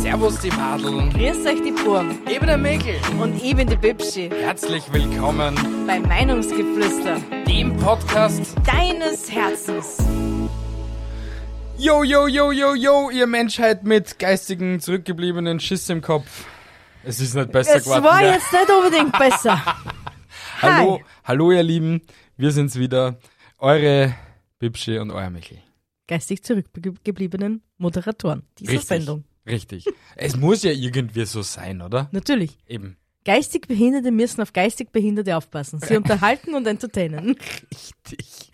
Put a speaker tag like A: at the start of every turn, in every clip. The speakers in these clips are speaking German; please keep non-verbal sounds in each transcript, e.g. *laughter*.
A: Servus die Madeln.
B: Grüß euch die Burm
A: Eben der Mäkel.
B: und ich bin die Bibschi
A: Herzlich willkommen.
B: bei Meinungsgeflüster
A: Dem Podcast.
B: deines Herzens.
A: Yo, yo, yo, yo, yo, ihr Menschheit mit geistigen, zurückgebliebenen Schiss im Kopf. Es ist nicht besser
B: Es
A: geworden.
B: war
A: gell?
B: jetzt nicht
A: *laughs*
B: unbedingt besser.
A: hallo,
B: Hi.
A: hallo ihr Lieben. Wir sind's wieder. Eure Bibschi und euer Mäkel.
B: Geistig zurückgebliebenen Moderatoren dieser
A: Richtig.
B: Sendung.
A: Richtig. es muss ja irgendwie so sein, oder?
B: Natürlich.
A: Eben.
B: Geistig Behinderte müssen auf geistig Behinderte aufpassen.
A: *laughs*
B: Sie unterhalten und entertainen.
A: Richtig.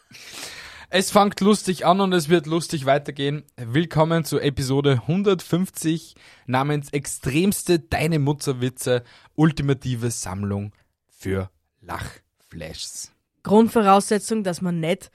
A: *laughs* es fängt lustig an und es wird lustig weitergehen. Willkommen zu Episode 150 namens Extremste Deine Mutzerwitze, ultimative Sammlung für Lachflashs.
B: Grundvoraussetzung, dass man nicht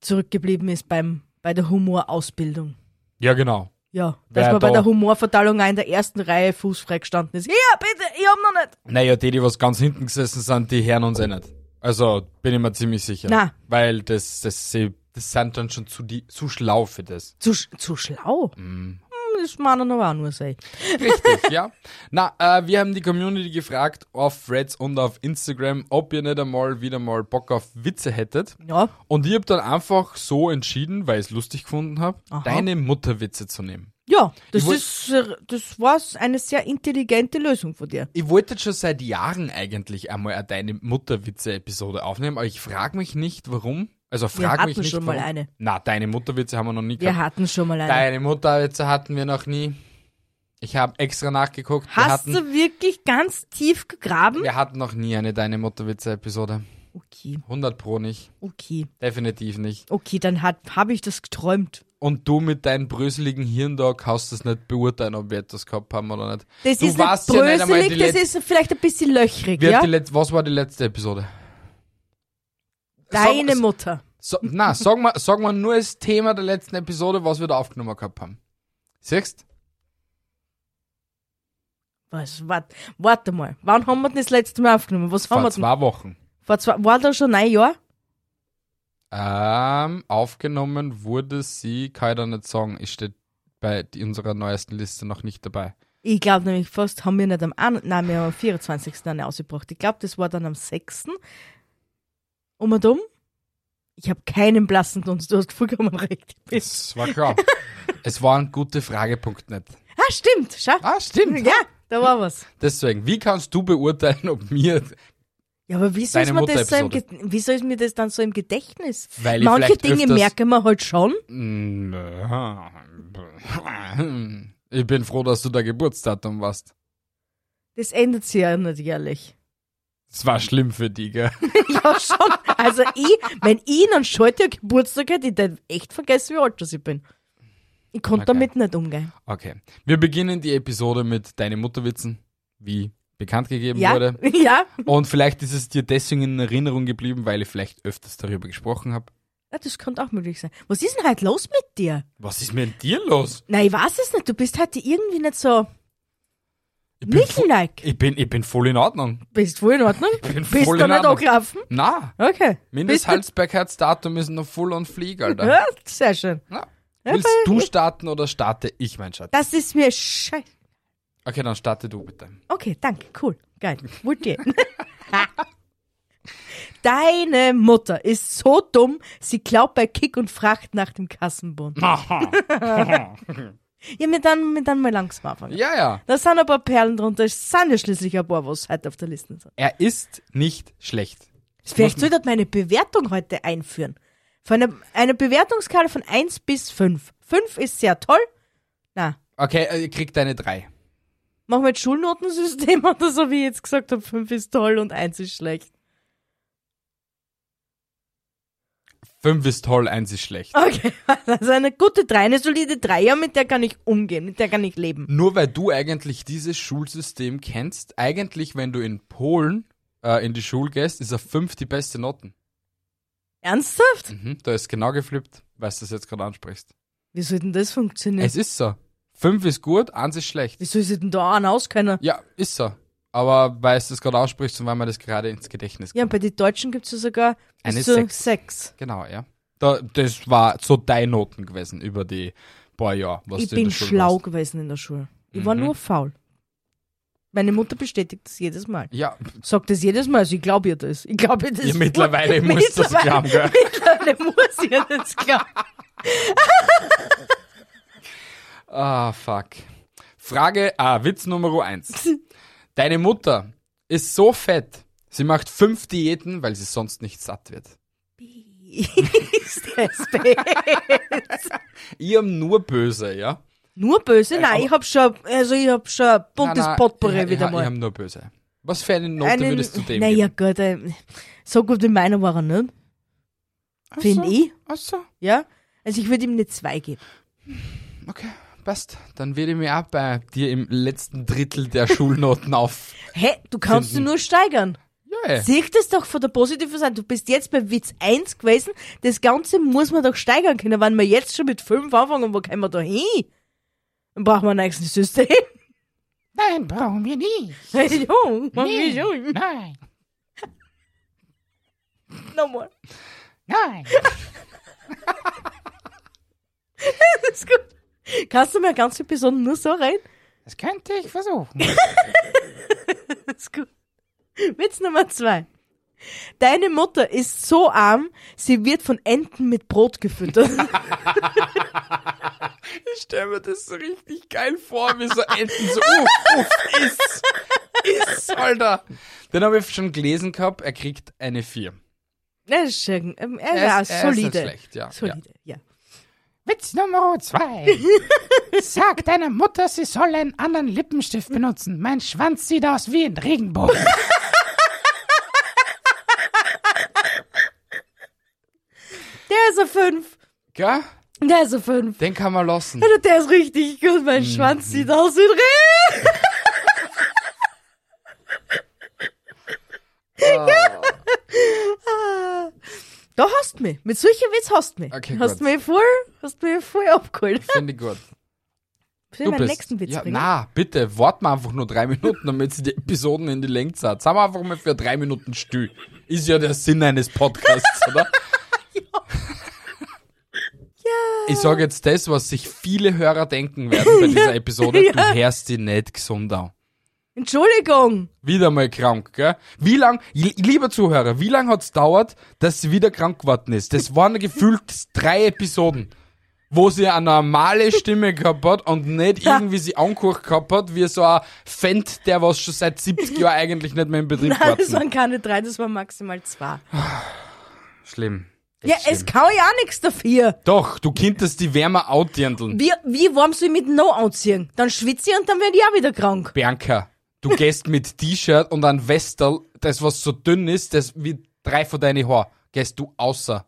B: zurückgeblieben ist beim, bei der Humorausbildung.
A: Ja, genau.
B: Ja, dass
A: Wer
B: man bei
A: da-
B: der Humorverteilung auch in der ersten Reihe fußfrei gestanden ist. Ja, bitte, ich hab noch nicht.
A: Naja, die, die was ganz hinten gesessen sind, die hören uns eh nicht. Also, bin ich mir ziemlich sicher.
B: Na.
A: Weil das, das, sie- das sind dann schon zu, die, zu schlau für das.
B: Zu, sch- zu schlau.
A: Mhm.
B: Hm, Das meiner noch auch nur sein.
A: Richtig, ja. Na, äh, wir haben die Community gefragt auf Threads und auf Instagram, ob ihr nicht einmal wieder mal Bock auf Witze hättet.
B: Ja,
A: Und ich habe dann einfach so entschieden, weil ich es lustig gefunden habe,
B: Aha.
A: deine Mutterwitze zu nehmen.
B: ja, das
A: Ich wollt-
B: ist, äh, das war eine sehr intelligente Lösung von dir.
A: Ich wollte schon seit Jahren eigentlich einmal eine deine Mutterwitze-Episode aufnehmen, aber ich frage mich nicht, warum. Also
B: Wir
A: frag
B: hatten
A: mich nicht,
B: schon mal
A: warum.
B: eine.
A: Na, deine Mutterwitze haben wir noch nie
B: Wir
A: gehabt.
B: hatten schon mal eine.
A: Deine Mutterwitze hatten wir noch nie. Ich habe extra nachgeguckt. wir
B: Hast
A: hatten,
B: du wirklich ganz tief gegraben?
A: wir hatten noch nie eine deine Mutterwitze-Episode.
B: Okay,
A: 100 pro nicht.
B: okay.
A: Definitiv nicht.
B: Okay, dann habe ich das geträumt.
A: Und du mit deinem bröseligen Hirn da kannst das nicht beurteilen, ob wir etwas gehabt haben oder nicht.
B: Das
A: du
B: ist nicht bröselig,
A: die
B: das
A: letzte.
B: ist vielleicht ein bisschen löchrig,
A: Wird
B: ja?
A: die Letz was war die letzte Episode?
B: Deine
A: Sag-
B: Mutter.
A: So, na, sag mal, sag mal nur das Thema der letzten Episode, was wir da aufgenommen gehabt haben. Siehst?
B: Was, warte, warte mal. Wann haben wir denn das letzte Mal aufgenommen? Was haben
A: Vor
B: wir denn?
A: zwei Wochen.
B: Vor zwei, war da schon ein Jahr?
A: Ähm, aufgenommen wurde sie, kann ich da nicht sagen. Ich steht bei unserer neuesten Liste noch nicht dabei.
B: Ich glaube nämlich fast, haben wir nicht am, an, nein, wir haben am 24. eine ausgebracht. Ich glaube, das war dann am 6. Um und um. Ich habe keinen blassen Dunst. Du hast gefragt, man recht
A: Das
B: bist.
A: war
B: *laughs*
A: klar. es waren gute Fragepunkte nicht.
B: Ah, stimmt. Schau.
A: Ah, stimmt.
B: Ja, da war was.
A: Deswegen, wie kannst du beurteilen, ob mir
B: Ja, aber wie soll
A: Deine
B: mir das, so im
A: Mutter-Episode.
B: Ge- wie soll's mir das dann so im Gedächtnis?
A: Weil ich
B: Manche
A: vielleicht
B: Dinge
A: öfters-
B: merken wir halt schon.
A: Ich bin froh, dass du da Geburtsdatum warst.
B: Das ändert sich ja nicht jährlich.
A: Es war schlimm für dich, gell?
B: Ja, schon. Also ich, wenn ich dann schalte Geburtstag hätte, ich dann echt vergessen, wie alt das ich bin. Ich konnte
A: Okay.
B: damit nicht umgehen.
A: Okay. Wir beginnen die Episode mit Deine Mutterwitzen, wie bekannt gegeben
B: Ja, *laughs*
A: wurde.
B: ja.
A: Und vielleicht ist es dir deswegen in Erinnerung geblieben, weil ich vielleicht öfters darüber gesprochen habe.
B: Ja, das könnte auch möglich sein. Was ist denn halt los mit dir?
A: Was ist mit dir los?
B: Nein, ich weiß es nicht. Du bist heute irgendwie nicht so
A: Ich bin, vo-
B: mittelneig.
A: ich, bin, ich bin voll in Ordnung.
B: Bist voll in Ordnung?
A: *laughs* Ich bin
B: bist
A: voll
B: du
A: in
B: nicht
A: Ordnung.
B: angelaufen?
A: Na,
B: Okay.
A: Mindesthalsbergherzdatum ist noch voll und flieg,
B: Bist du-
A: Alter.
B: Ja, sehr schön.
A: Na,
B: Ja,
A: willst
B: weil-
A: du starten oder starte ich, mein Schatz?
B: Das ist mir scheiße.
A: Okay, dann starte du bitte.
B: Okay, danke. Cool. Geil. Wollte *laughs* Deine Mutter ist so dumm, sie klaut bei Kick und Fracht nach
A: *laughs*
B: dem Kassenbon. Ja, wir dann, wir dann mal langsam anfangen.
A: ja, ja.
B: Da sind ein paar Perlen drunter. Es sind ja schließlich ein paar, was heute auf der Liste sind.
A: Er ist nicht schlecht.
B: Vielleicht sollte ich meine Bewertung heute einführen. Von einer, einer Bewertungskala von 1 bis 5. 5 ist sehr toll. Na,
A: Okay, äh, ihr kriegt eine 3.
B: machen wir jetzt Schulnotensystem *laughs* oder so, wie ich jetzt gesagt habe. 5 ist toll und 1 ist schlecht.
A: 5 ist toll, 1 ist schlecht.
B: Okay, *laughs* also eine gute 3, eine solide 3, ja, mit der kann ich umgehen, mit der kann ich leben.
A: Nur weil du eigentlich dieses Schulsystem kennst, eigentlich, wenn du in Polen äh, in die Schule gehst, ist eine 5 die beste Noten.
B: Ernsthaft?
A: Mhm, da ist genau geflippt, weil du das jetzt gerade ansprichst.
B: Wie soll denn das funktionieren?
A: Es ist so. 5 ist gut, 1 ist schlecht.
B: Wie soll sie denn da an auskennen?
A: Ja, ist so. Aber weil du das gerade aussprichst und weil mir das gerade ins Gedächtnis
B: Ja, und bei den Deutschen gibt's ja sogar bis
A: Eine
B: zu
A: Sechs.
B: sechs.
A: Genau, ja. Da, das war so deine Noten gewesen über die paar Jahren, was
B: ich
A: du in
B: bin
A: der Schule Mhm.
B: schlau
A: warst.
B: gewesen in der Schule. Ich war nur faul. Meine Mutter bestätigt das jedes Mal.
A: Ja,
B: Sagt das jedes Mal, also ich glaube ihr das. Ich glaube ihr das.
A: Ja, mittlerweile
B: *laughs*
A: musst du das glauben, gell?
B: Mittlerweile muss ihr das glauben.
A: Ah, fuck. Frage A, Witz Nummer
B: *laughs*
A: 1. Deine Mutter ist so fett, sie macht fünf Diäten, weil sie sonst nicht satt wird.
B: Ist das böse?
A: Ihr habt nur böse, ja?
B: Nur böse? Nein, ich hab schon, also ich hab schon ein buntes
A: Nein, nein,
B: Potpourri
A: ich-
B: wieder
A: ich, Ich
B: mal.
A: hab nur böse. Was für eine Note würdest du dem
B: naja,
A: geben?
B: gut, ähm, so gut wie meiner war er nicht,
A: Ach
B: finde
A: so,
B: ich.
A: Ach so,
B: Ja? Also ich würde ihm eine 2 geben.
A: okay, passt. Dann werde ich mir auch bei dir im letzten Drittel der Schulnoten *laughs* auf.
B: Hä, du kannst
A: Finden.
B: ihn nur steigern.
A: Yeah.
B: Sieh das doch von der positiven Seite. Du bist jetzt bei Witz 1 gewesen. Das Ganze muss man doch steigern können. Wenn wir jetzt schon mit 5 anfangen, wo können wir da hin? Dann brauchen wir ein eigenes System. *laughs*
A: Nein, brauchen wir nicht. *laughs*
B: jo, nee. *laughs* schon.
A: Nein,
B: *laughs* Nochmal. *laughs*
A: nein.
B: Das ist gut. Kannst du mir eine ganze Person nur so rein? *laughs*
A: Das könnte ich versuchen.
B: Das ist gut. Witz Nummer 2. Deine Mutter ist so arm, sie wird von Enten mit Brot
A: *laughs*
B: gefüttert. *laughs*
A: Ich stelle mir das so richtig geil vor, wie so *laughs* Enten so, oh, uff, uff, iss, iss, Alter. Den habe ich schon gelesen gehabt, er kriegt eine 4.
B: das ist schön. Ähm, Er,
A: Er
B: war
A: ist- er ist nicht
B: solide.
A: schlecht, ja,
B: Solide, ja.
C: Witz Nummer
A: *laughs*
C: zwei. Sag deiner Mutter, sie soll einen anderen Lippenstift benutzen. Mein Schwanz sieht aus wie ein Regenbogen.
B: Der ist ein 5.
A: Gell?
B: Der ist ein 5.
A: Den kann man lassen.
B: Alter, Also der ist richtig gut.
A: Mhm.
B: Mein Schwanz sieht aus wie ein Reh. Ah. Da hast du mich. Mit solchen Witz hast du mich.
A: Okay,
B: hast
A: gut.
B: du mich voll, hast du mich voll abgeholt.
A: Finde ich gut.
B: Soll ich meinen nächsten Witz
A: ja,
B: bringen?
A: na, bitte, wart mal einfach nur drei Minuten, damit sie die Episoden in die Länge hat. Sagen wir einfach mal für drei Minuten still. Ist ja der Sinn eines Podcasts,
B: *laughs*
A: oder? Ich sage jetzt das, was sich viele Hörer denken werden bei
B: *laughs*
A: dieser Episode. Du
B: Ja.
A: hörst die nicht gesund an.
B: Entschuldigung.
A: Wieder mal krank, gell? Wie lang, li- lieber Zuhörer, wie lang hat's dauert, dass sie wieder krank geworden ist? Das waren gefühlt drei Episoden, wo sie eine normale Stimme gehabt hat und nicht irgendwie sie Ankuch gehabt hat, wie so ein Fendt, der was schon seit 70 Jahren eigentlich nicht mehr im Betrieb
B: *laughs* Nein, das
A: war.
B: waren keine drei, das waren maximal zwei.
A: Schlimm.
B: Ja, es kann ja auch nichts dafür.
A: Doch, du könntest die Wärme outdirndeln.
B: Wie, wie warm soll ich mit No anziehen? Dann schwitze ich und dann werde ich auch wieder krank.
A: Bianca, du gehst mit T-Shirt und ein Westel, das was so dünn ist, das wie drei von deinen Haaren, gehst du außer.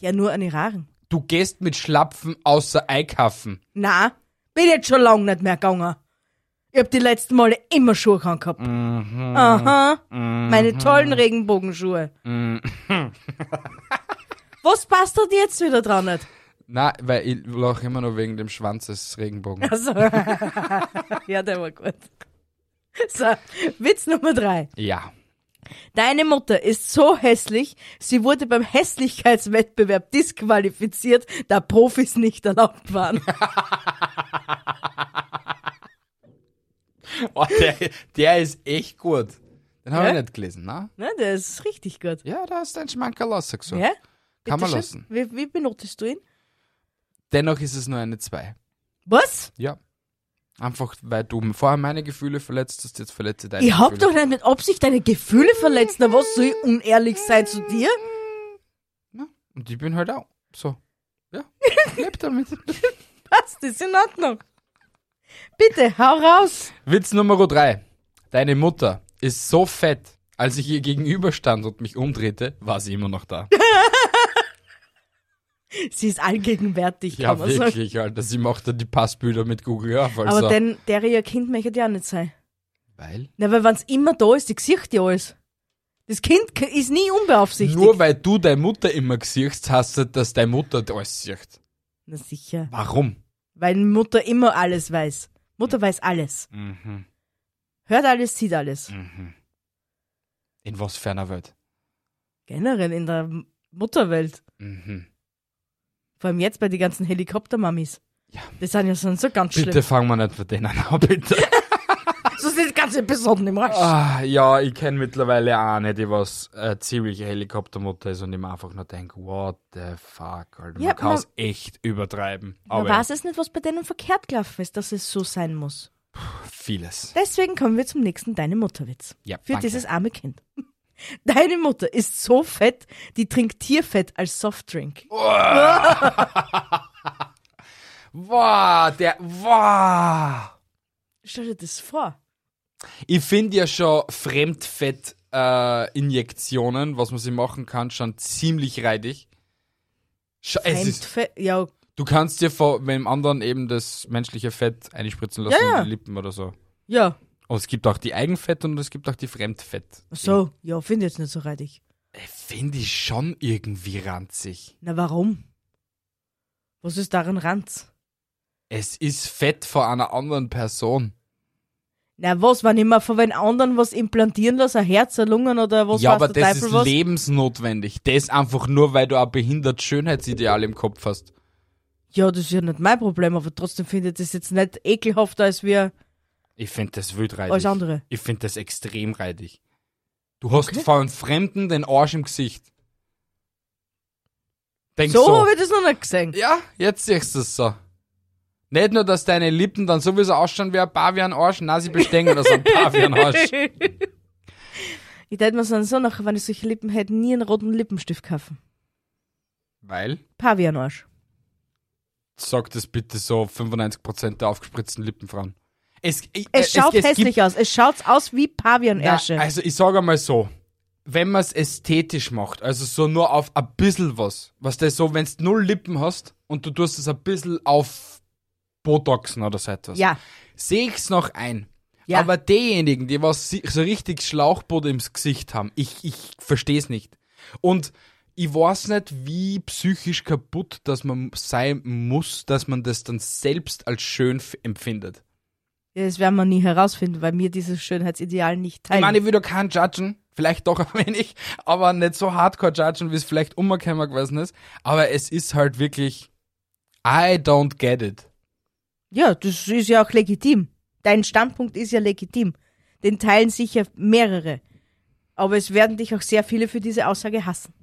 B: Ja, nur eine Raren.
A: Du gehst mit Schlapfen außer Einkaufen.
B: Na, bin jetzt schon lange nicht mehr gegangen. Ich hab die letzten Male immer Schuhe angehabt.
A: Mhm.
B: Aha. Meine tollen Regenbogenschuhe.
A: Mhm.
B: Was passt da jetzt wieder dran nicht?
A: Na, weil ich lache immer nur wegen dem Schwanz des
B: *laughs*
A: Regenbogen. *laughs*
B: Also, ja, der war gut. So, Witz Nummer drei.
A: Ja.
B: Deine Mutter ist so hässlich, sie wurde beim Hässlichkeitswettbewerb disqualifiziert, da Profis nicht
A: *laughs*
B: erlaubt waren.
A: Oh, der, der ist echt gut. Den habe ich
B: Ja?
A: nicht gelesen, ne?
B: Ne, der ist richtig gut.
A: Ja, da hast du einen Schmankerl rausgesucht.
B: Ja?
A: Kann man
B: Bitteschön.
A: lassen.
B: Wie, wie benotest du ihn?
A: Dennoch ist es nur eine 2.
B: Was?
A: Ja. Einfach, weil du vorher meine Gefühle verletzt hast, jetzt verletze ich deine
B: Ich hab
A: Gefühle.
B: doch nicht mit Absicht deine Gefühle verletzt. Na, was soll ich unehrlich sein zu *laughs* dir?
A: Und ich bin halt auch so. Ja, leb damit. *laughs*
B: Was? Das ist in Ordnung. Bitte, hau raus.
A: Witz Nummer 3. Deine Mutter ist so fett. Als ich ihr gegenüberstand und mich umdrehte, war sie immer noch da.
B: Sie ist allgegenwärtig, kann
A: Ja,
B: man sagen.
A: wirklich, Alter. Sie macht da die Passbilder mit Google Earth. Also.
B: Aber denn, der ihr Kind möchte ja auch nicht sein.
A: weil?
B: Na, weil wenn's immer da ist, ich sieht ja alles. Das Kind k- ist nie unbeaufsichtigt.
A: Nur weil du deine Mutter immer gesichst, hast du, dass deine Mutter alles sieht.
B: Na sicher.
A: Warum?
B: Weil Mutter immer alles weiß. Mutter weiß alles.
A: Mhm.
B: Hört alles, sieht alles.
A: In was für einer Welt?
B: Generell in der M- Mutterwelt.
A: Mhm.
B: Vor allem jetzt bei den ganzen Helikoptermamis. Die sind ja sonst so ganz schlimm.
A: Bitte fangen wir nicht mit denen an, *laughs* bitte.
B: So sind die ganzen Episoden im Arsch.
A: Ah, ja, ich kenne mittlerweile eine, die was äh, ziemliche Helikoptermutter ist und ich mir einfach nur denke, what the fuck, Alter. Man
B: Ja,
A: kann
B: man-
A: es echt übertreiben.
B: Man
A: Aber
B: weiß es nicht, was bei denen verkehrt gelaufen ist, dass es so sein muss.
A: vieles.
B: Deswegen kommen wir zum nächsten Deine Mutterwitz.
A: Ja,
B: Für
A: danke.
B: dieses arme Kind. *laughs* Deine Mutter ist so fett, die trinkt Tierfett als Softdrink.
A: *laughs* Wow, der, wow.
B: Stell dir das vor.
A: Ich finde ja schon Fremdfett-Injektionen, was man sich machen kann, schon ziemlich reidig. Scha- es ist,
B: Fremdfett, ja,
A: du kannst dir von einem anderen eben das menschliche Fett einspritzen lassen
B: Ja, ja.
A: in die Lippen oder so.
B: ja,
A: Und es gibt auch die Eigenfett und es gibt auch die Fremdfett.
B: so, ja, finde ich jetzt nicht so reidig.
A: Finde ich schon irgendwie ranzig.
B: Na, warum? Was ist daran Ranz?
A: Es ist Fett von einer anderen Person.
B: Na, was, wenn ich mir von den anderen was implantieren lasse, ein Herz, ein Lungen oder was
A: ja,
B: weiß
A: aber
B: der
A: das
B: Teufel
A: ist
B: was?
A: lebensnotwendig. Das einfach nur, weil du ein behindert Schönheitsideal im Kopf hast.
B: Ja, das ist ja nicht mein Problem, aber trotzdem finde ich das jetzt nicht ekelhafter als wir.
A: Ich finde das wild reidig.
B: Alles andere.
A: Ich finde das extrem reidig. Du hast vor einem Fremden den Arsch im Gesicht. Denk
B: So,
A: so.
B: habe ich das noch nicht gesehen.
A: Ja, jetzt siehst du es so. Nicht nur, dass deine Lippen dann sowieso ausschauen wie ein Pavian-Arsch, nein, sie bestehen oder so ein Pavian-Arsch.
B: *laughs* Ich hätte mir so einen Sohn nachher, wenn ich solche Lippen hätte, nie einen roten Lippenstift kaufen.
A: Weil,
B: Pavianarsch.
A: sag das bitte so, 95% der aufgespritzten Lippenfrauen. Es, ich- äh,
B: Es schaut
A: es
B: hässlich aus. Es schaut aus wie Pavianärsche.
A: Na, also ich sage einmal so, wenn man es ästhetisch macht, also so nur auf ein bisschen was, was das so, wenn du null Lippen hast und du tust es ein bisschen auf Botoxen oder so etwas,
B: ja,
A: sehe ich es noch ein.
B: Ja.
A: Aber diejenigen, die was si- so richtig Schlauchboot im Gesicht haben, ich, ich verstehe es nicht. Und ich weiß nicht, wie psychisch kaputt dass man sein muss, dass man das dann selbst als schön f- empfindet.
B: Ja, das werden wir nie herausfinden, weil mir dieses Schönheitsideal nicht teilen.
A: Ich meine, ich will ja keinen judgen, vielleicht doch *laughs* ein wenig, aber nicht so hardcore judgen, wie es vielleicht umgekommen gewesen ist. Aber es ist halt wirklich, I don't get it.
B: ja, das ist ja auch legitim. Dein Standpunkt ist ja legitim. Den teilen sicher mehrere. Aber es werden dich auch sehr viele für diese Aussage hassen.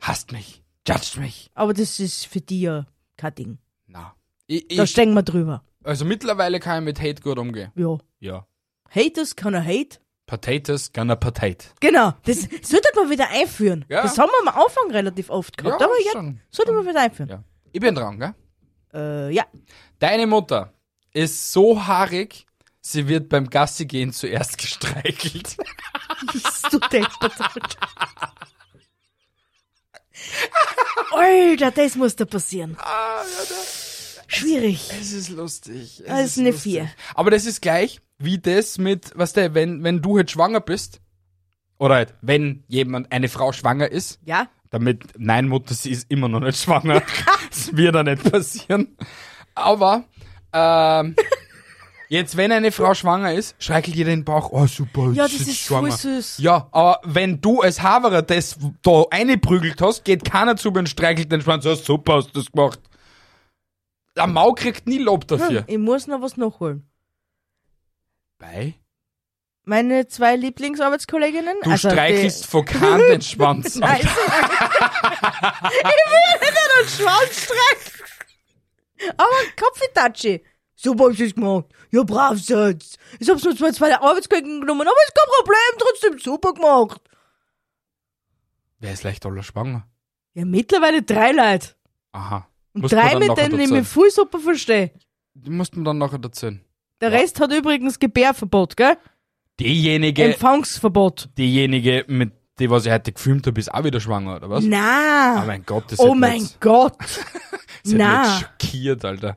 A: Hasst mich, judgt mich.
B: Aber das ist für dich ja kein Ding.
A: Na. Ich,
B: Da
A: ich,
B: stehen wir drüber.
A: also mittlerweile kann ich mit Hate gut umgehen.
B: Ja.
A: Ja.
B: Haters gonna hate.
A: Potatoes gonna potato.
B: Genau,
A: *laughs*
B: das sollte man wieder einführen.
A: Ja.
B: Das haben wir am Anfang relativ oft gehabt,
A: Ja,
B: aber jetzt
A: schon.
B: sollte man wieder einführen.
A: Ja. Ich bin dran, gell?
B: Äh,
A: *laughs*
B: ja.
A: Deine Mutter ist so haarig, sie wird beim Gassi gehen zuerst *laughs* gestreichelt.
B: Du deppert. Alter, das muss da passieren.
A: Ah,
B: Schwierig.
A: Es ist lustig. Es
B: Das ist eine
A: lustig.
B: Vier.
A: Aber das ist gleich wie das mit, was der, wenn, wenn du halt schwanger bist, oder halt, wenn jemand, eine Frau schwanger ist,
B: Ja?
A: damit, nein, Mutter, sie ist immer noch nicht
B: *laughs*
A: schwanger. das wird da nicht passieren. Aber,
B: *laughs*
A: ähm, jetzt, wenn eine Frau schwanger ist, schreckelt ihr den Bauch, oh super,
B: Ja,
A: jetzt
B: das
A: sie
B: ist
A: schwanger.
B: voll süß.
A: Ja, aber wenn du als Haverer das da eingeprügelt hast, geht keiner zu mir und streichelt den Schwanz, oh super, hast du das gemacht. Der Mau kriegt nie Lob dafür.
B: Ich muss noch was nachholen.
A: Bei?
B: Meine zwei Lieblingsarbeitskolleginnen.
A: Du
B: also die-
A: streichelst von keinem den Schwanz.
B: Nein, *laughs* sie- ich will nicht an den Schwanz streicheln. Aber Kopfitachi. Super hab ich das gemacht. Ja, brav seid. Ich hab's nur zwei, zwei Arbeitskollegen genommen, aber ist kein Problem, trotzdem super gemacht.
A: *laughs* Wer ist leicht alle schwanger?
B: Ja, mittlerweile drei Leute.
A: Aha.
B: Und
A: Muss man
B: drei,
A: dann
B: mit
A: nachher
B: denen ich
A: erzählen.
B: mich voll super verstehe.
A: Die musst man dann nachher erzählen.
B: Der
A: Ja.
B: Rest hat übrigens Gebärverbot, gell?
A: Diejenige,
B: Empfangsverbot.
A: diejenige, mit der was ich heute gefilmt habe, ist auch wieder schwanger, oder was? Oh
B: Na.
A: mein Gott, das
B: Oh
A: hat mich
B: mein
A: jetzt,
B: Gott.
A: *laughs* das hat mich jetzt
B: Na.
A: schockiert, Alter.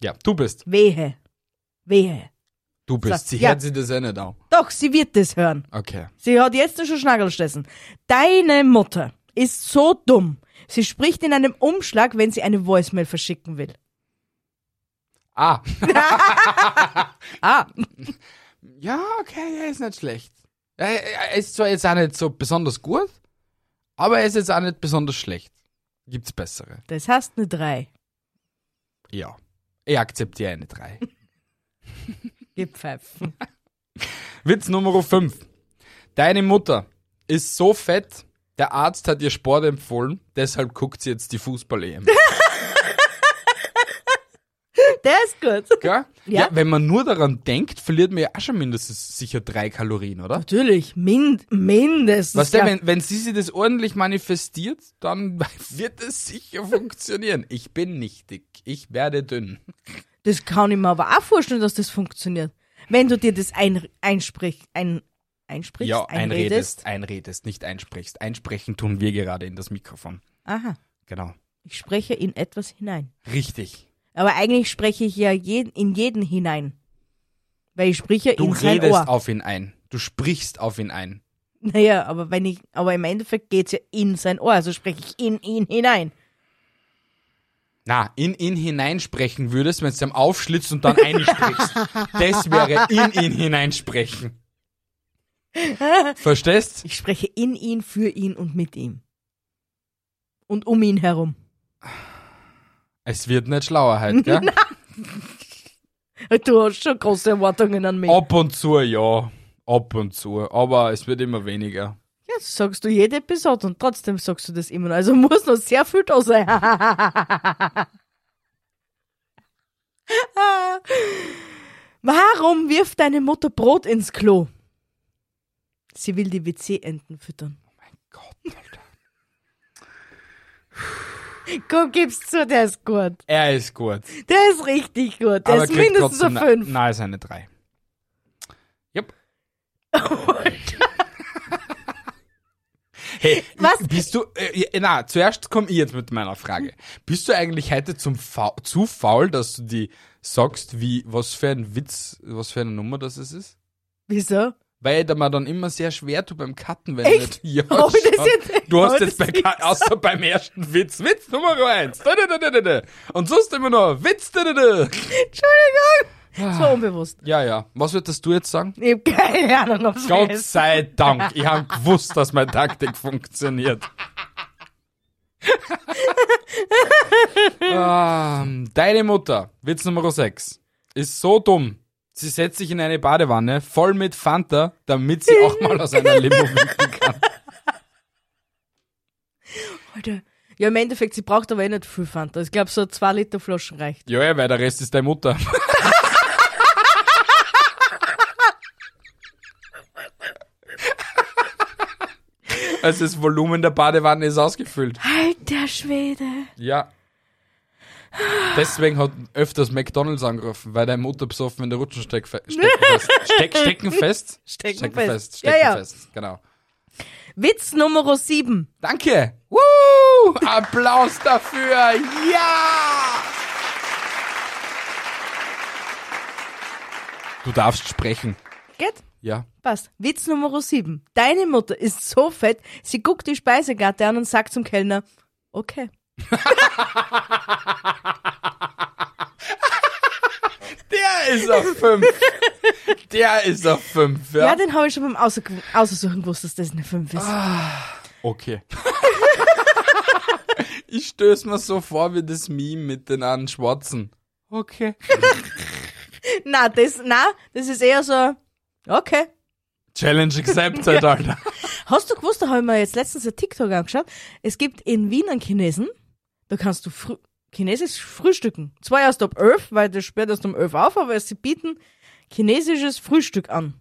A: Ja, du bist.
B: Wehe. Wehe.
A: Du bist.
B: So,
A: Sie
B: ja.
A: hört sich das eh nicht an.
B: Doch, sie wird das hören.
A: Okay.
B: Sie hat jetzt schon Schnaggelstessen. Deine Mutter ist so dumm. Sie spricht in einem Umschlag, wenn sie eine Voicemail verschicken will.
A: *laughs* Ah.
B: Ah,
A: Ja, okay, er ist nicht schlecht. Er er ist zwar jetzt auch nicht so besonders gut, aber er ist jetzt auch nicht besonders schlecht. Gibt's bessere?
B: Das heißt eine 3.
A: Ja. Ich akzeptiere eine 3.
B: Gepfeifen.
A: *laughs* Witz Nummer 5. Deine Mutter ist so fett, der Arzt hat ihr Sport empfohlen, deshalb guckt sie jetzt die Fußball-EM.
B: Der ist
A: *laughs*
B: gut.
A: Gell?
B: Ja.
A: Wenn man nur daran denkt, verliert man ja auch schon mindestens sicher drei Kalorien, oder?
B: Natürlich, mind, mindestens.
A: Was denn,
B: ja.
A: wenn, wenn sie sich das ordentlich manifestiert, dann *laughs* wird es sicher funktionieren. Ich bin nicht dick, ich werde dünn.
B: Das kann ich mir aber auch vorstellen, dass das funktioniert. Wenn du dir das ein, einsprich, ein, einsprichst,
A: ja, einredest,
B: einredest.
A: einredest, nicht einsprichst. Einsprechen tun wir gerade in das Mikrofon.
B: Aha,
A: Genau.
B: ich spreche in etwas hinein.
A: Richtig.
B: Aber eigentlich spreche ich ja jeden, in jeden hinein. Weil ich spreche
A: Du
B: in sein
A: redest
B: Ohr.
A: auf ihn ein. Du sprichst auf ihn ein.
B: Naja, aber wenn ich, aber im Endeffekt geht's ja in sein Ohr, also spreche ich in ihn hinein.
A: Na, in ihn hineinsprechen würdest, wenn du am aufschlitzt und dann
B: *laughs*
A: einsprichst. das wäre in ihn hineinsprechen. Verstehst?
B: Ich spreche in ihn, für ihn und mit ihm. Und um ihn herum.
A: Es wird nicht schlauer halt, gell?
B: Du hast schon große Erwartungen an mich.
A: Ab und zu, ja. Ab und zu. Aber es wird immer weniger.
B: Ja, das sagst du jede Episode und trotzdem sagst du das immer noch. Also muss noch sehr viel da sein. *laughs* Warum wirft deine Mutter Brot ins Klo? Sie will die WC-Enten füttern.
A: Gott, Alter.
B: Komm, gib's zu, der ist gut.
A: Er ist gut.
B: Der ist richtig gut. Der
A: aber
B: ist
A: kriegt
B: mindestens
A: trotzdem
B: eine 5.
A: Na, ist eine 3. Jupp. Hey,
B: Was?
A: bist du, äh, na, zuerst komm ich jetzt mit meiner Frage. Bist du eigentlich heute zum Fa zu faul, dass du die sagst, wie, was für ein Witz, was für eine Nummer das es ist?
B: *laughs* Wieso?
A: Weil da man dann immer sehr schwer tut beim Cutten, wenn
B: Echt?
A: du nicht. *laughs* Ja,
B: Hab ich das
A: schon.
B: jetzt-
A: du hast
B: hab ich
A: jetzt bei,
B: das nicht
A: Cut- außer beim ersten Witz, Witz Nummer eins. Da, da, da, da, da, da. Und sonst immer nur Witz. Da, da, da.
B: Das
A: Ah.
B: war unbewusst.
A: Ja, ja. Was würdest du jetzt sagen?
B: Ich hab keine Ahnung, ob's
A: Gott
B: weiß.
A: sei Dank, ich habe gewusst, dass meine Taktik
B: *laughs*
A: funktioniert. ähm, deine Mutter, Witz Nummer 6, ist so dumm. Sie setzt sich in eine Badewanne voll mit Fanta, damit sie auch mal aus einer
B: *laughs*
A: Limo winken kann.
B: Alter. Ja, im Endeffekt, sie braucht aber eh nicht viel Fanta. Ich glaube, so zwei Liter Flaschen reicht.
A: Ja, ja, weil der Rest ist deine Mutter. Also das Volumen der Badewanne ist ausgefüllt.
B: Alter Schwede.
A: Ja. Deswegen hat öfters McDonalds angerufen, weil deine Mutter besoffen in der Rutsche steck, stecken fest.
B: *laughs*
A: Steck, steckenfest?
B: Steckenfest.
A: Steckenfest.
B: Ja, ja.
A: Steckenfest. Genau.
B: Witz Nummer 7.
A: Danke. Woo! Applaus dafür. Ja! Du darfst sprechen.
B: Geht?
A: Ja.
B: Passt. Witz Nummer 7. Deine Mutter ist so fett, sie guckt die Speisekarte an und sagt zum Kellner, okay.
A: Der ist auf fünf. Der ist auf fünf.
B: Ja,
A: ja Ah,
B: den habe ich schon beim Ausse Aussuchen gewusst, dass das eine 5 ist.
A: Okay. *laughs* ich stöß mir so vor wie das Meme mit den einen Schwarzen. Okay.
B: *laughs* Na, das, na, das ist eher so, okay.
A: Challenge accepted, Alter.
B: Hast du gewusst, da habe ich mir jetzt letztens ein TikTok angeschaut, es gibt in Wien einen Chinesen, da kannst du frü chinesisch frühstücken. Zwar erst ab 11, weil das sperrt erst um 11 auf, aber sie bieten chinesisches Frühstück an.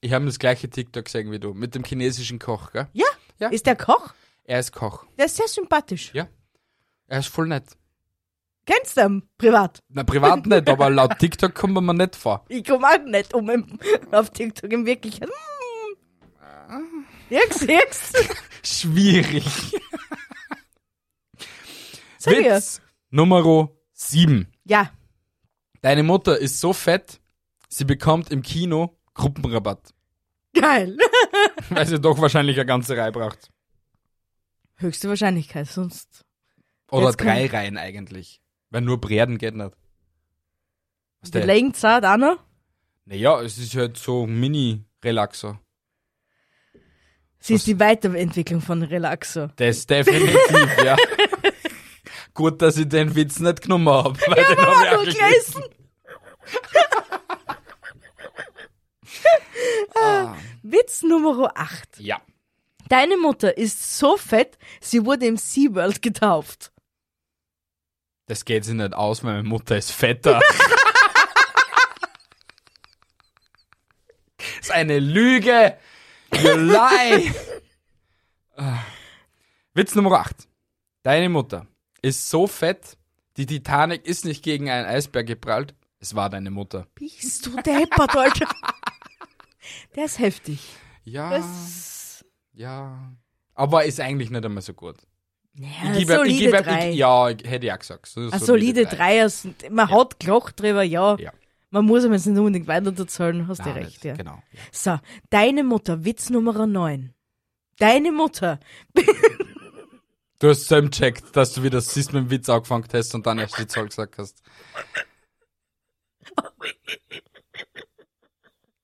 A: Ich habe das gleiche TikTok gesehen wie du, mit dem chinesischen Koch, gell?
B: Ja?
A: Ja.
B: Ist der Koch?
A: Er ist Koch.
B: Der ist sehr sympathisch.
A: Ja. Er ist voll nett.
B: Kennst du ihn privat?
A: Na, privat nicht, aber laut TikTok kommt man mir nicht vor.
B: Ich komme auch nicht um im, *laughs* auf TikTok in Wirklichkeit.
A: Ah.
B: Mm.
A: *laughs*
B: Jix, jix.
A: Schwierig.
B: Sag ich ja.
A: Witz Nummer 7.
B: Ja,
A: Deine Mutter ist so fett, sie bekommt im Kino
B: *laughs*
A: Gruppenrabatt.
B: geil.
A: Weil sie doch wahrscheinlich eine ganze Reihe braucht.
B: Höchste Wahrscheinlichkeit, sonst.
A: Oder
B: Jetzt kommt-
A: drei Reihen eigentlich. Weil nur Brärden geht nicht. Was
B: Die
A: der?
B: Längenzeit auch noch.
A: Naja, es ist halt so ein Mini-Relaxer.
B: Sie ist die Weiterentwicklung von Relaxo.
A: Das definitiv,
B: *laughs*
A: ja. Gut, dass ich den Witz nicht genommen habe. Ja, den hab ich auch
B: Hallo,
A: gelesen.
B: Gleisen! Witz Nummer 8.
A: Ah, Ja.
B: Deine Mutter ist so fett, sie wurde im SeaWorld getauft.
A: Das geht sich nicht aus, meine Mutter ist
B: *laughs*
A: fetter. ist eine Lüge. You lie. Ah. Witz Nummer 8. Deine Mutter ist so fett, die Titanic ist nicht gegen einen Eisberg geprallt. Es war deine Mutter.
B: Bist du deppert,
A: *laughs*
B: Alter? Der ist heftig.
A: Ja,
B: Das
A: ja. Aber ist eigentlich nicht einmal so gut.
B: ja,
A: gebe-
B: Äh, solide
A: gebe-
B: drei.
A: ich, ja, hätte ich auch gesagt. So,
B: Eine solide
A: drei.
B: Dreier. sind- Man hat gelacht drüber, ja.
A: Ja.
B: Man muss ihm jetzt nicht unbedingt weiter erzählen, hast du
A: Nein,
B: recht,
A: nicht.
B: ja.
A: Genau.
B: So, deine Mutter, Witz Nummer 9. Deine Mutter. *laughs*
A: Du hast selber checkt, dass du wieder siehst mit dem Witz angefangen hast und dann erst die Zahl gesagt hast.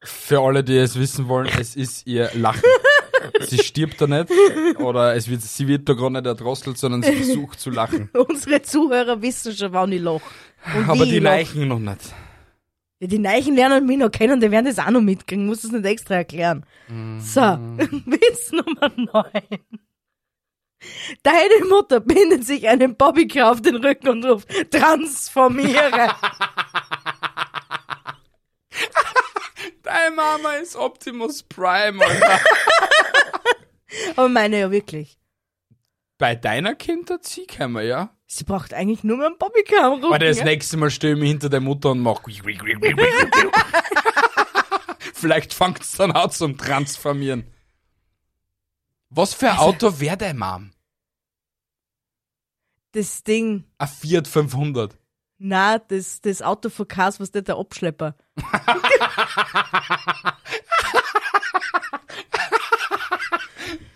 A: Für alle, die es wissen wollen, es ist ihr Lachen. Sie stirbt da nicht oder es wird, sie wird da gar nicht erdrosselt, sondern sie versucht zu lachen.
B: Unsere Zuhörer wissen schon, wann ich lach. *laughs* Und
A: Aber
B: wie
A: die
B: ich lach.
A: Leichen noch nicht.
B: Ja, die Neichen lernen mich noch kennen, die werden das auch noch mitkriegen, muss das nicht extra erklären. So, *laughs* Witz Nummer 9. Deine Mutter bindet sich einen Bobbycar auf den Rücken und ruft, transformiere.
A: Deine Mama ist Optimus Prime, Alter.
B: Aber meine ja wirklich.
A: Bei deiner Kinderziehkammer, ja?
B: Sie braucht eigentlich nur mehr einen Bobbycar am Rücken.
A: Aber das
B: ja?
A: nächste Mal stehe ich mich hinter der Mutter und mach. *laughs* Vielleicht fängt es dann auch zum Transformieren. Was für ein Auto wäre dein Mom?
B: das Ding,
A: Ein Fiat 500.
B: na, das, das Auto von Cars, was nicht der Abschlepper.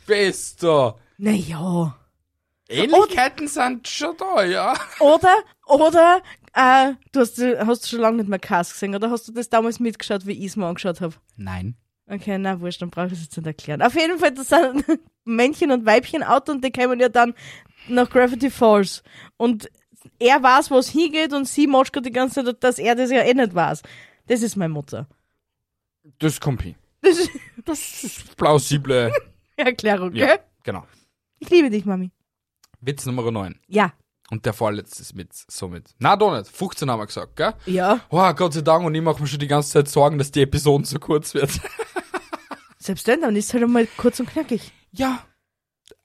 A: Bester.
B: Naja.
A: Ähnlichkeiten sind schon da, ja.
B: Oder, oder, äh, du hast, hast schon lange nicht mehr Cars gesehen, oder hast du das damals mitgeschaut, wie ich es mir angeschaut habe?
A: Nein.
B: Okay, na wurscht, dann brauche ich es jetzt nicht erklären. Auf jeden Fall, das sind *laughs* Männchen und Weibchen out und die kommen ja dann nach Gravity Falls. Und er weiß, wo es hingeht und sie motscht die ganze Zeit, dass er das ja eh nicht weiß. Das ist meine Mutter.
A: Das kommt hin.
B: Das ist *laughs*
A: Das ist plausible.
B: eine Erklärung,
A: Ja,
B: gell?
A: genau.
B: Ich liebe dich, Mami.
A: Witz Nummer 9.
B: Ja.
A: Und der vorletzte ist mit, somit. Na, doch nicht. 15 haben wir gesagt, gell?
B: Ja.
A: Oh, Gott sei Dank. Und ich mache mir schon die ganze Zeit Sorgen, dass die Episoden so kurz wird.
B: Selbst wenn, dann ist halt einmal kurz und knackig.
A: Ja.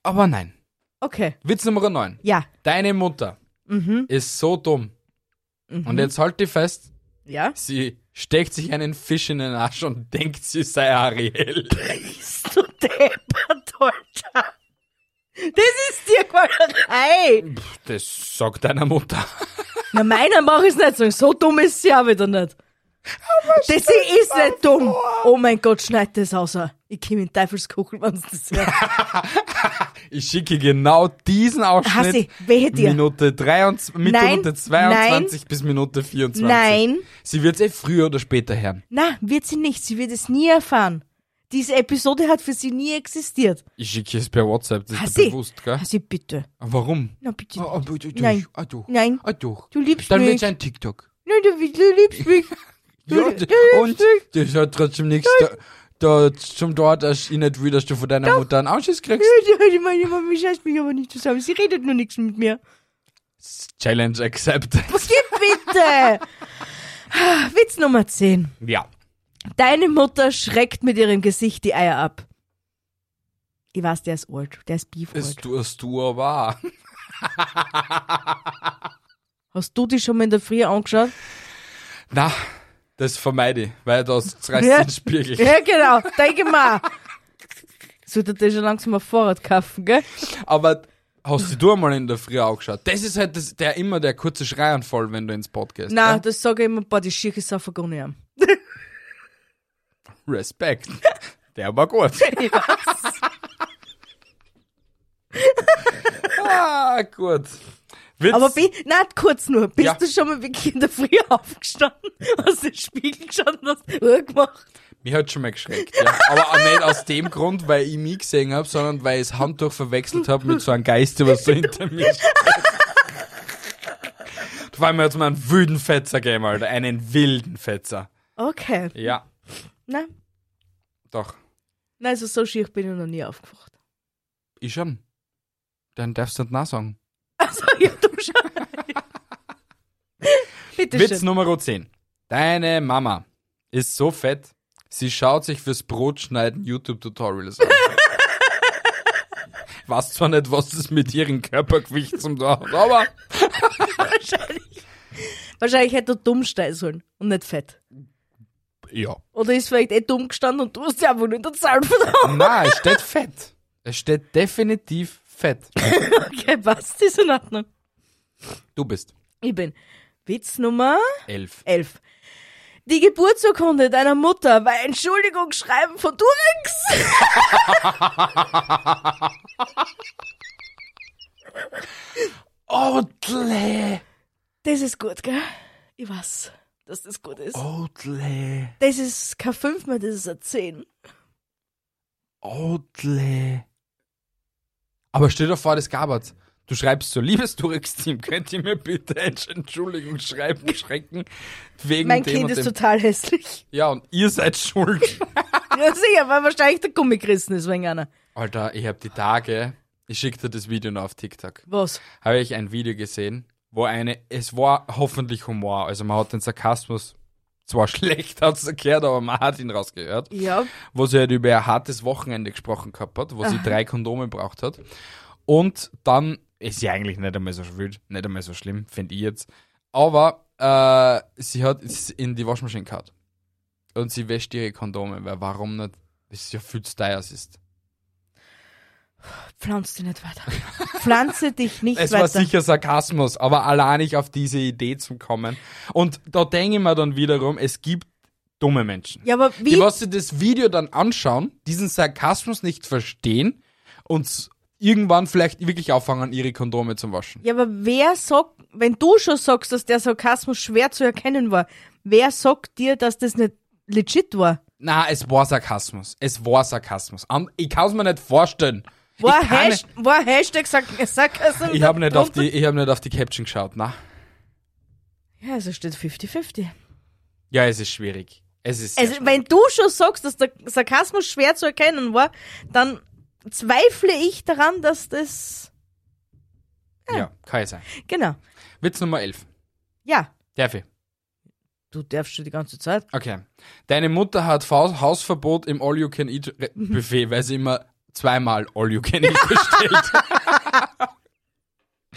A: Aber nein.
B: Okay.
A: Witz Nummer 9.
B: Ja.
A: Deine Mutter
B: Mhm.
A: ist so dumm. Und jetzt halt die fest,
B: Ja.
A: sie steckt sich einen Fisch in den Arsch und denkt, sie sei Ariel.
B: *laughs* Bist du deppert, Alter. Das ist dir Qualerei.
A: Das sagt deiner Mutter.
B: Na, meiner mach ich's nicht sagen. So dumm ist sie auch wieder nicht. Das ist nicht dumm. Oh mein Gott, schneid das raus. Ich komm in Teufelskuchel, wenn's
A: *laughs*
B: das wäre.
A: Ich schicke genau diesen Ausschnitt.
B: Hassi, wehe dir.
A: Minute, 23, Minute
B: Nein,
A: 22 bis Minute 24.
B: Nein.
A: Sie wird's eh früher oder später hören.
B: Na, wird sie nicht. Sie wird es nie erfahren. Diese Episode hat für sie nie existiert.
A: Ich schicke es per WhatsApp, das ist dir
B: Hassi,
A: bewusst, gell?
B: Hassi, bitte.
A: Warum?
B: Na, bitte.
A: Ah, ah, bitte, durch.
B: Nein.
A: Ah, durch.
B: Nein.
A: Ah, durch.
B: Du liebst
A: Dann
B: mich.
A: wird's ein TikTok.
B: Nein, du, du liebst mich.
A: *laughs* Ja,
B: Du-
A: d-
B: du
A: und das hat trotzdem nichts da, da zum dort, dass ich nicht will, dass du von deiner Mutter einen Ausschuss kriegst.
B: Ich meine Mama scheißt mich aber nicht zusammen. Sie redet nur nichts mit mir.
A: Challenge accepted.
B: Was gibt
A: *laughs*
B: bitte? Ah, Witz Nummer 10.
A: Ja.
B: Deine Mutter schreckt mit ihrem Gesicht die Eier ab. Ich weiß, der ist alt. Der ist beef alt.
A: Ist du, ist du aber. auch.
B: Hast du die schon mal in der Früh angeschaut?
A: Na, das vermeide ich, weil das reißt
B: Ja.
A: den Spiegel.
B: Ja, genau. Denke mal. Sollte dir schon langsam ein Fahrrad kaufen, gell?
A: Aber hast du einmal in der Früh angeschaut? Das ist halt das, der immer der kurze Schreianfall, wenn du ins Podcast.
B: Nein, das sage ich immer, boah, die Schirche ist auf
A: *laughs*
B: Agoniam.
A: gell? Respekt. Der war
B: *laughs*
A: gut. ah, gut. Witz.
B: Aber bin, nein, kurz nur. Bist
A: Ja.
B: *laughs* du schon mal wirklich in der Früh aufgestanden, hast den Spiegel geschaut und hast Uhr gemacht?
A: Mich hat schon mal geschreckt, ja. Aber auch nicht aus dem Grund, weil ich mich gesehen habe, sondern weil ich das Handtuch verwechselt habe mit so einem Geister, was so hinter mir steht. Vor allem hat's mir einen wilden Fetzer gegeben, Alter. Einen wilden Fetzer.
B: Okay.
A: Ja,
B: Nein.
A: doch.
B: Nein, also so schier bin ich noch nie aufgewacht.
A: Ich schon. Dann darfst du nicht nachsagen.
B: Also, ja,
A: *laughs*
B: du schon. Bitte
A: Witz
B: schön.
A: Nummer 10. Deine Mama ist so fett, sie schaut sich fürs Brotschneiden YouTube-Tutorials an. Weiß zwar nicht, was das mit ihrem Körpergewicht zum tun hat, aber
B: Wahrscheinlich. Wahrscheinlich hätte er dumm stehen sollen und nicht fett.
A: ja.
B: Oder ist vielleicht eh dumm gestanden und du hast ja einfach nicht der Zahl *laughs* verdammt.
A: Nein, es steht fett. Es steht definitiv fett.
B: Okay, passt, ist in Ordnung.
A: Du bist
B: Ich bin Witz Nummer
A: elf.
B: 11. Die Geburtsurkunde deiner Mutter war Entschuldigung schreiben von Durex.
A: Odle!
B: Das ist gut, gell? Ich weiß, dass das gut ist.
A: Oh. Odle!
B: Das ist kein 5 mehr, das ist ein 10.
A: Odle! Aber stell dir vor, das gab's. Du schreibst so, liebes Durex-Team, könnt ihr mir bitte eine Entschuldigung schreiben, schrecken, wegen
B: Mein
A: dem
B: Kind
A: und
B: ist
A: dem. *laughs*
B: total hässlich.
A: ja, und ihr seid schuld.
B: ja, sicher, weil wahrscheinlich der Gummi gerissen ist wegen einer.
A: Alter, ich hab die Tage, ich schick dir das Video noch auf TikTok.
B: Was?
A: habe ich ein Video gesehen, wo eine, es war hoffentlich Humor, also man hat den Sarkasmus zwar *laughs* schlecht rausgehört, aber man hat ihn rausgehört,
B: Ja,
A: wo sie halt über ein hartes Wochenende gesprochen gehabt hat, wo sie drei Kondome braucht hat. Und dann, ist ja eigentlich nicht einmal so wild, nicht einmal so schlimm, finde ich jetzt, aber äh, sie hat es in die Waschmaschine gehabt. Und sie wäscht ihre Kondome, weil warum nicht? Das ist ja viel zu teuer, es ist.
B: pflanz dich nicht weiter. Pflanze dich nicht
A: Es war
B: weiter.
A: sicher Sarkasmus, aber allein nicht auf diese Idee zu kommen. Und da denke ich mir dann wiederum, es gibt dumme Menschen.
B: ja, aber
A: Die,
B: wie?
A: was sie das Video dann anschauen, diesen Sarkasmus nicht verstehen und s- irgendwann vielleicht wirklich auffangen, ihre Kondome zu waschen.
B: Ja, aber wer sagt, wenn du schon sagst, dass der Sarkasmus schwer zu erkennen war, wer sagt dir, dass das nicht legit war?
A: Na, es war Sarkasmus. Es war Sarkasmus. Am- Ich kann es mir nicht vorstellen.
B: War,
A: ich kann
B: Hasht- war Hashtag Sark Sarkasmus?
A: ich habe nicht, auf
B: drunter?
A: die, ich hab nicht auf die Caption geschaut. Na.
B: Ja, also steht 50-50.
A: Ja, es ist schwierig. Es ist sehr
B: Also, wenn du schon sagst, dass der Sarkasmus schwer zu erkennen war, dann zweifle ich daran, dass das.
A: schwierig. Ja, kann ja sein.
B: Genau.
A: Witz Nummer 11.
B: Ja,
A: Darf ich?
B: du darfst schon die ganze Zeit.
A: Okay. Deine Mutter hat Faus- Hausverbot im
B: Mhm.
A: All-You-Can-Eat-Buffet, weil sie immer zweimal
B: *laughs*
A: All-You-Can-Eat bestellt.
B: Oh,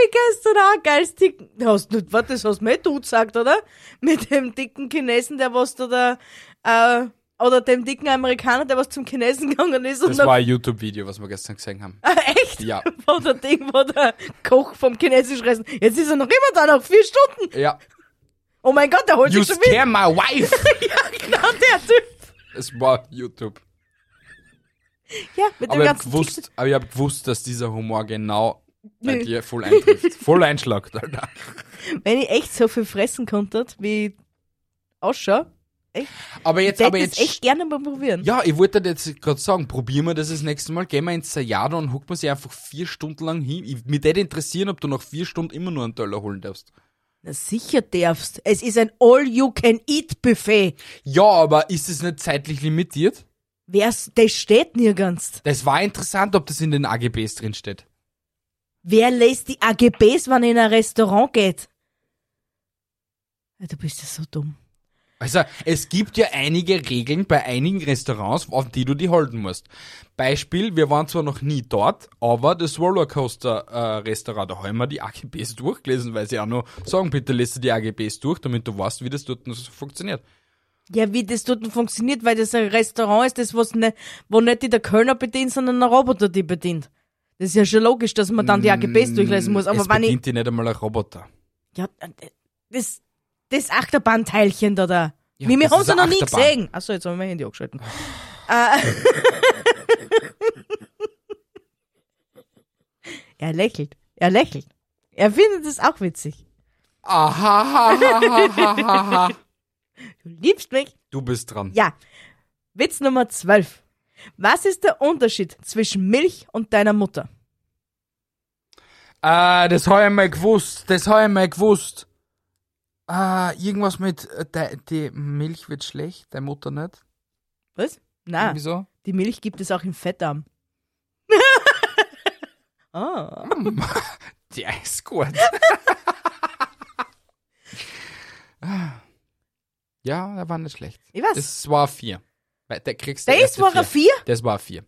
B: wie gestern auch geiles Ticken. Hast du, warte, das hast du mir du gesagt, oder? Mit dem dicken Chinesen, der was da, da äh, oder dem dicken Amerikaner, der was zum Chinesen *laughs* gegangen ist und
A: Das war ein YouTube-Video, was wir gestern gesehen haben.
B: Ah, *laughs* echt?
A: Ja.
B: Wo der Ding, wo der Koch vom chinesischen Reisen. Jetzt ist er noch immer da, nach vier Stunden.
A: Ja.
B: Oh mein Gott, der holt
A: You
B: sich schon wieder.
A: scare my wife!
B: Ja, genau *laughs* der Typ.
A: Es war YouTube.
B: Ja, mit
A: Aber
B: dem
A: ich, hab
B: ganzen Tick-
A: gewusst, aber ich hab gewusst, dass dieser Humor genau bei
B: Nö.
A: dir voll
B: *laughs*
A: eintrifft. Voll einschlagt, Alter.
B: Wenn ich echt so viel fressen konnte, wie ich ausschaue,
A: Aber
B: ich
A: jetzt,
B: hätte
A: aber
B: es
A: jetzt.
B: echt gerne mal probieren.
A: Ja, ich wollte dir jetzt gerade sagen, probieren wir das das nächste Mal. Gehen wir ins Sayada und hocken wir sie einfach vier Stunden lang hin. Ich, mich würde interessieren, ob du nach vier Stunden immer nur einen Teller holen darfst.
B: Na, sicher darfst. Es ist ein All-You-Can-Eat-Buffet.
A: Ja, aber ist es nicht zeitlich limitiert?
B: Wer's, das steht nirgends.
A: Das war interessant, ob das in den AGBs drin steht.
B: Wer lässt die AGBs, wenn er in ein Restaurant geht? Ja, Du bist ja so dumm.
A: Also, es gibt ja einige Regeln bei einigen Restaurants, auf die du die halten musst. Beispiel, wir waren zwar noch nie dort, aber das Rollercoaster-Restaurant, da haben wir die AGBs durchgelesen, weil sie auch noch sagen, bitte lese die AGBs durch, damit du weißt, wie das dort noch so funktioniert.
B: Ja, wie das dort funktioniert, weil das ein Restaurant ist, das was nicht, wo nicht die der Kölner bedient, sondern ein Roboter die bedient. Das ist ja schon logisch, dass man dann die AGBs durchlesen muss. Aber
A: es
B: wenn ich,
A: bedient dir nicht einmal ein Roboter.
B: ja, äh, das, das Achterbahnteilchen da da.
A: Ja,
B: wir wir
A: das
B: haben
A: ist
B: sie noch
A: eine
B: nie
A: Achterbahn.
B: gesehen. Achso, jetzt habe ich mein
A: *laughs*
B: Handy angeschalten. äh, er lächelt. Er lächelt. *laughs* Er findet es auch witzig.
A: Aha,
B: Du liebst mich.
A: Du bist dran.
B: Ja. Witz Nummer 12. Was ist der Unterschied zwischen Milch und deiner Mutter?
A: Ah, das habe ich mal gewusst. Das habe ich mal gewusst. Ah, irgendwas mit, äh, de, die Milch wird schlecht, deine Mutter nicht.
B: Was? Na,
A: Irgendwie so.
B: die Milch gibt es auch im Fettarm. *laughs* Ah.
A: Ja, ist *laughs* gut. Ah. ja, der war nicht schlecht.
B: Ich weiß.
A: Das war vier. Weil Der kriegst du
B: Das
A: erste
B: war ein 4.
A: Das war vier.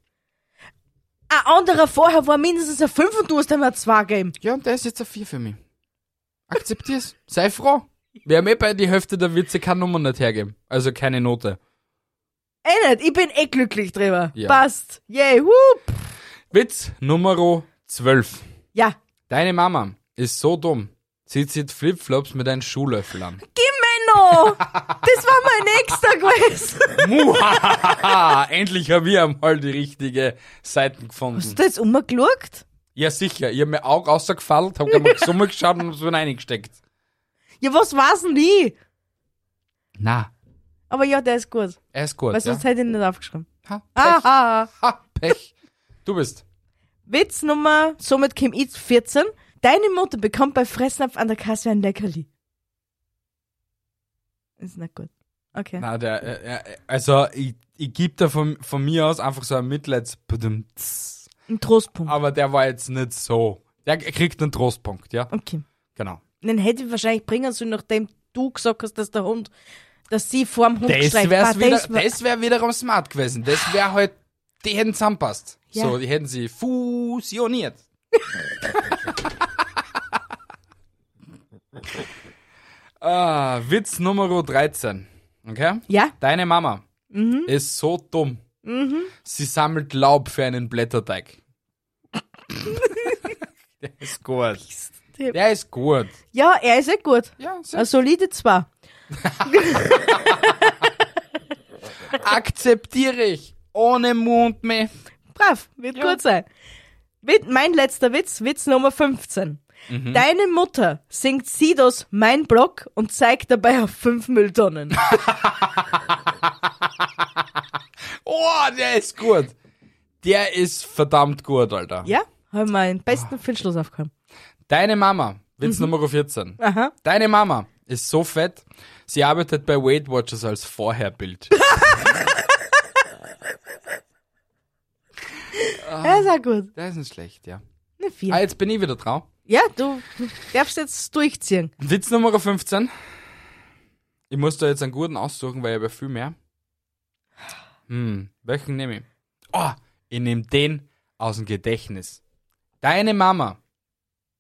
B: Ein anderer vorher war mindestens ein 5 und du hast einmal ein 2 gegeben.
A: Ja, und der ist jetzt ein vier für mich. *laughs* Akzeptier's. Sei froh. Wir haben eh bei die Hälfte der Witze keine Nummer nicht hergeben. Also keine Note.
B: Eh nicht, ich bin eh glücklich drüber.
A: Ja.
B: Passt. Yay, whoop.
A: Witz Nummer 12.
B: Ja,
A: Deine Mama ist so dumm. Sie zieht Flipflops mit einem Schuhlöffel an.
B: Menno. Das war mein nächster *laughs* gewesen.
A: Muhahaha. Endlich habe ich einmal die richtige Seite gefunden.
B: Hast du jetzt umgeschaut?
A: Ja, sicher. Ich habe mir Auge rausgefallen, habe einmal geschaut und hab's mir reingesteckt.
B: Ja, was war's denn nie?
A: Na,
B: Aber ja, der ist Ah! gut.
A: er ist gut.
B: Weil
A: Ja?
B: sonst hätte ich ihn nicht aufgeschrieben.
A: Ha, Pech.
B: Aha.
A: Ha, Pech. Du bist.
B: Witz Nummer, somit Kim ich 14. Deine Mutter bekommt bei Fressnapf an der Kasse ein Leckerli. Ist nicht gut. Okay.
A: Na, der, äh, äh, also, ich, ich gebe da von, von mir aus einfach so ein Mitleids. Badum-ts.
B: Ein Trostpunkt.
A: Aber der war jetzt nicht so. Der kriegt einen Trostpunkt, ja?
B: Okay.
A: Genau.
B: Den hätte ich wahrscheinlich bringen sollen, nachdem du gesagt hast, dass der Hund, dass sie vor dem Hund
A: Das
B: gestreift
A: wär's
B: war.
A: wieder,
B: Ah, Das war-
A: das wär wiederum smart gewesen. Das wäre halt, die hätten zusammenpasst.
B: Ja.
A: So, die hätten sie fusioniert. *laughs* ah, Witz Nummer 13. Okay?
B: Ja?
A: Deine Mama
B: Mhm.
A: ist so dumm.
B: Mhm.
A: Sie sammelt Laub für einen
B: *laughs*
A: Blätterteig. Der ist gut. Der ist gut.
B: Ja, er ist eh gut.
A: Ja, sehr
B: Eine solide zwei.
A: akzeptiere ich. Ohne Mund mehr.
B: Brav, wird gut sein. Wit- Mein letzter Witz, Witz Nummer 15.
A: Mhm.
B: Deine Mutter singt Sidos Mein Block und zeigt dabei auf
A: *laughs*
B: fünf Mülltonnen.
A: Oh, der ist gut. Der ist verdammt gut, Alter.
B: ja, haben wir den besten Filmschluss aufgekommen.
A: Deine Mama, Witz Nummer 14.
B: Aha.
A: Deine Mama ist so fett, sie arbeitet bei Weight Watchers als Vorherbild. Ah.
B: Ja, ist auch gut.
A: der ist nicht schlecht, ja.
B: Eine vier.
A: Ah, jetzt bin ich wieder dran.
B: Ja, du darfst jetzt durchziehen.
A: Witz Nummer 15. Ich muss da jetzt einen guten aussuchen, weil ich habe ja viel mehr. Hm, welchen nehme ich? Oh, ich nehme den aus dem Gedächtnis. Deine Mama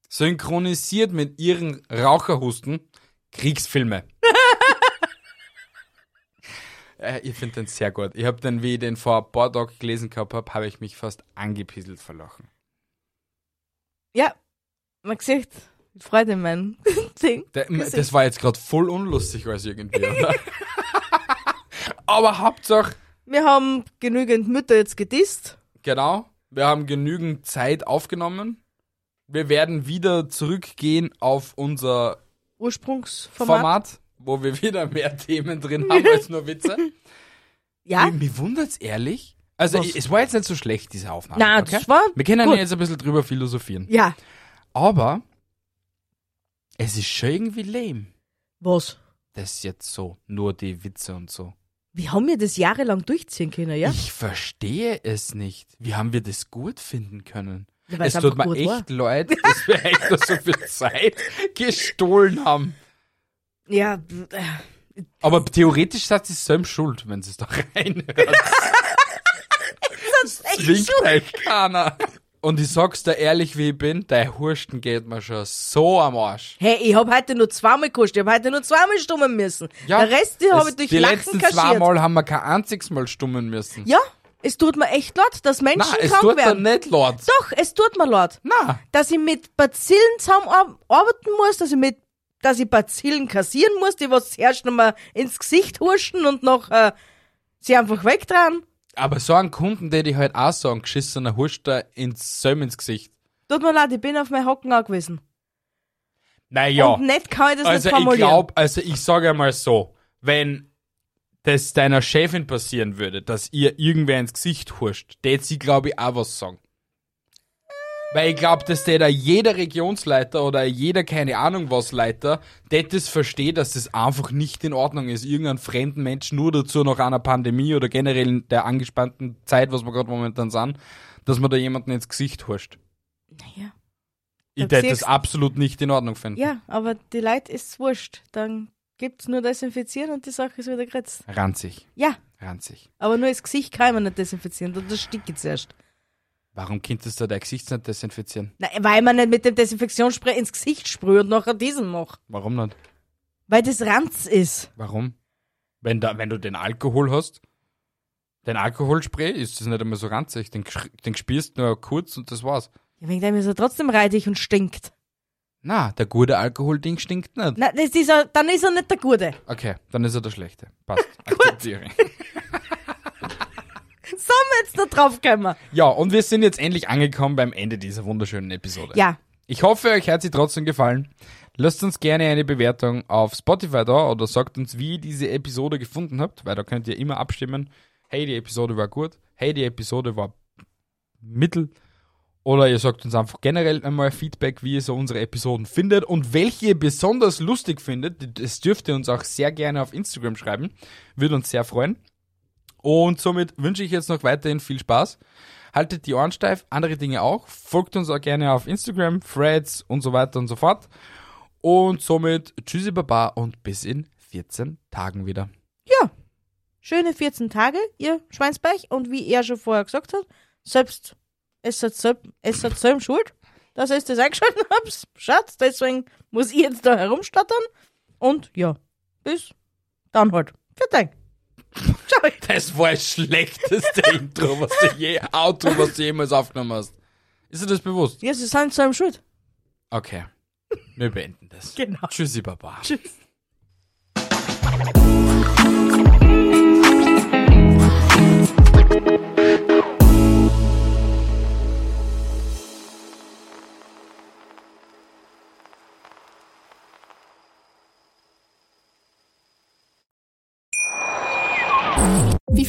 A: synchronisiert mit ihren Raucherhusten Kriegsfilme. äh, ich finde den sehr gut. Ich habe den, wie ich den vor ein paar Tagen gelesen gehabt habe, habe ich mich fast angepisselt vor Lachen.
B: Ja, man sieht, Freude in meinem *laughs* Ding.
A: Der, das war jetzt gerade voll unlustig als irgendwie,
B: *laughs*
A: oder? Aber Hauptsache,
B: Wir haben genügend Mütter jetzt gedisst.
A: genau, wir haben genügend Zeit aufgenommen. Wir werden wieder zurückgehen auf unser
B: Ursprungsformat.
A: Format, wo wir wieder mehr Themen drin haben als nur Witze.
B: *laughs* Ja,
A: Mich, mich wundert's ehrlich. Also,
B: Was?
A: ich, es war jetzt nicht so schlecht, diese Aufnahme.
B: Na,
A: okay?
B: das war
A: Wir können
B: gut.
A: jetzt ein bisschen drüber philosophieren.
B: ja.
A: Aber es ist schon irgendwie lame,
B: Was?
A: das jetzt so, nur die Witze und so.
B: Wir haben ja das jahrelang durchziehen können, ja?
A: Ich verstehe es nicht. Wie haben wir das gut finden können?
B: Ja, weil's
A: Es tut
B: einfach
A: mir
B: gut war.
A: echt leid, dass wir echt nur so
B: *laughs*
A: viel Zeit gestohlen haben.
B: Ja, äh,
A: Aber theoretisch hat sie Sam schuld, wenn sie es da
B: *laughs*
A: reinhört.
B: echt
A: Zwingt euch keiner. Und ich sag's dir ehrlich, wie ich bin, der Hursten geht mir schon so am Arsch.
B: hey, ich hab heute nur zweimal gekostet, ich hab heute nur zweimal stummen müssen. Der Rest den hab
A: es-
B: ich durch
A: Die
B: Lachen
A: letzten
B: kaschiert.
A: zwei Mal haben wir kein einziges Mal stummen müssen.
B: Ja, es tut mir echt leid, dass Menschen
A: Nein, es
B: krank
A: tut mir
B: werden.
A: nicht leid.
B: Doch, es tut mir leid,
A: Nein.
B: dass ich mit Bazillen zusammenarbeiten muss, dass ich mit dass ich Bazillen kassieren muss, die was zuerst nochmal ins Gesicht hurschen und noch äh, sie einfach wegtragen.
A: Aber so einen Kunden, der ich halt auch so einen geschissenen Hurster ins Sam ins Gesicht.
B: Tut mir leid, ich bin auf meinen Hocken angewiesen.
A: Naja.
B: Und nett kann ich das
A: also
B: nicht
A: ich
B: formulieren.
A: glaube, also ich sage einmal so, wenn das deiner Chefin passieren würde, dass ihr irgendwer ins Gesicht huscht, tät sie, glaube ich, auch was sagen. Weil ich glaube, dass der da jeder Regionsleiter oder jeder, keine Ahnung was Leiter, der das versteht, dass das einfach nicht in Ordnung ist, irgendeinen fremden Menschen nur dazu nach einer Pandemie oder generell in der angespannten Zeit, was wir gerade momentan sind, dass man da jemanden ins Gesicht huscht.
B: Naja.
A: Ich
B: Da
A: tät das
B: siehst-
A: absolut nicht in Ordnung finden.
B: Ja, aber die Leute ist wurscht. Dann gibt's nur desinfizieren und die Sache ist wieder geritzt.
A: Ranzig,
B: Ja,
A: ranzig.
B: aber nur das Gesicht kann man nicht desinfizieren. Da- Das stinkt jetzt erst.
A: Warum könntest du dein Gesicht nicht desinfizieren?
B: Nein, weil man nicht mit dem Desinfektionsspray ins Gesicht sprüht und nachher diesen macht.
A: Warum nicht?
B: Weil das Ranz ist.
A: Warum? Wenn, da, wenn du den Alkohol hast, den Alkoholspray, ist das nicht einmal so ranzig. Den, gsch- den spürst du nur kurz und das war's.
B: Ja, wegen dem ist er trotzdem reidig und stinkt.
A: Na, der gute Alkoholding stinkt nicht.
B: Nein, das ist er, dann ist er nicht der Gute.
A: Okay, dann ist er der Schlechte. Passt. Akzeptiere. ich.
B: Sind wir jetzt da drauf gekommen?
A: ja, und wir sind jetzt endlich angekommen beim Ende dieser wunderschönen Episode.
B: Ja,
A: Ich hoffe, euch hat sie trotzdem gefallen. Lasst uns gerne eine Bewertung auf Spotify da oder sagt uns, wie ihr diese Episode gefunden habt, weil da könnt ihr immer abstimmen. Hey, die Episode war gut. Hey, die Episode war mittel. Oder ihr sagt uns einfach generell einmal Feedback, wie ihr so unsere Episoden findet und welche ihr besonders lustig findet. Das dürft ihr uns auch sehr gerne auf Instagram schreiben. Würde uns sehr freuen. Und somit wünsche ich jetzt noch weiterhin viel Spaß. Haltet die Ohren steif, andere Dinge auch. Folgt uns auch gerne auf Instagram, Threads und so weiter und so fort. Und somit tschüssi Baba und bis in 14 Tagen wieder.
B: ja. Schöne 14 Tage, ihr Schweinsbeich. Und wie er schon vorher gesagt hat, selbst, es hat selbst, es hat selbst schuld, dass ich das eingeschaltet *laughs* habe. Schatz, deswegen muss ich jetzt da herumstottern. Und ja, bis dann halt. Vielen Dank. Ciao.
A: Das war das schlechteste *laughs* Intro, was du je, Auto, was du jemals aufgenommen hast. Ist dir das bewusst?
B: Ja, sie sind selbst schuld.
A: Okay. Wir beenden das.
B: Genau.
A: Tschüssi Baba.
B: Tschüss.
D: Wie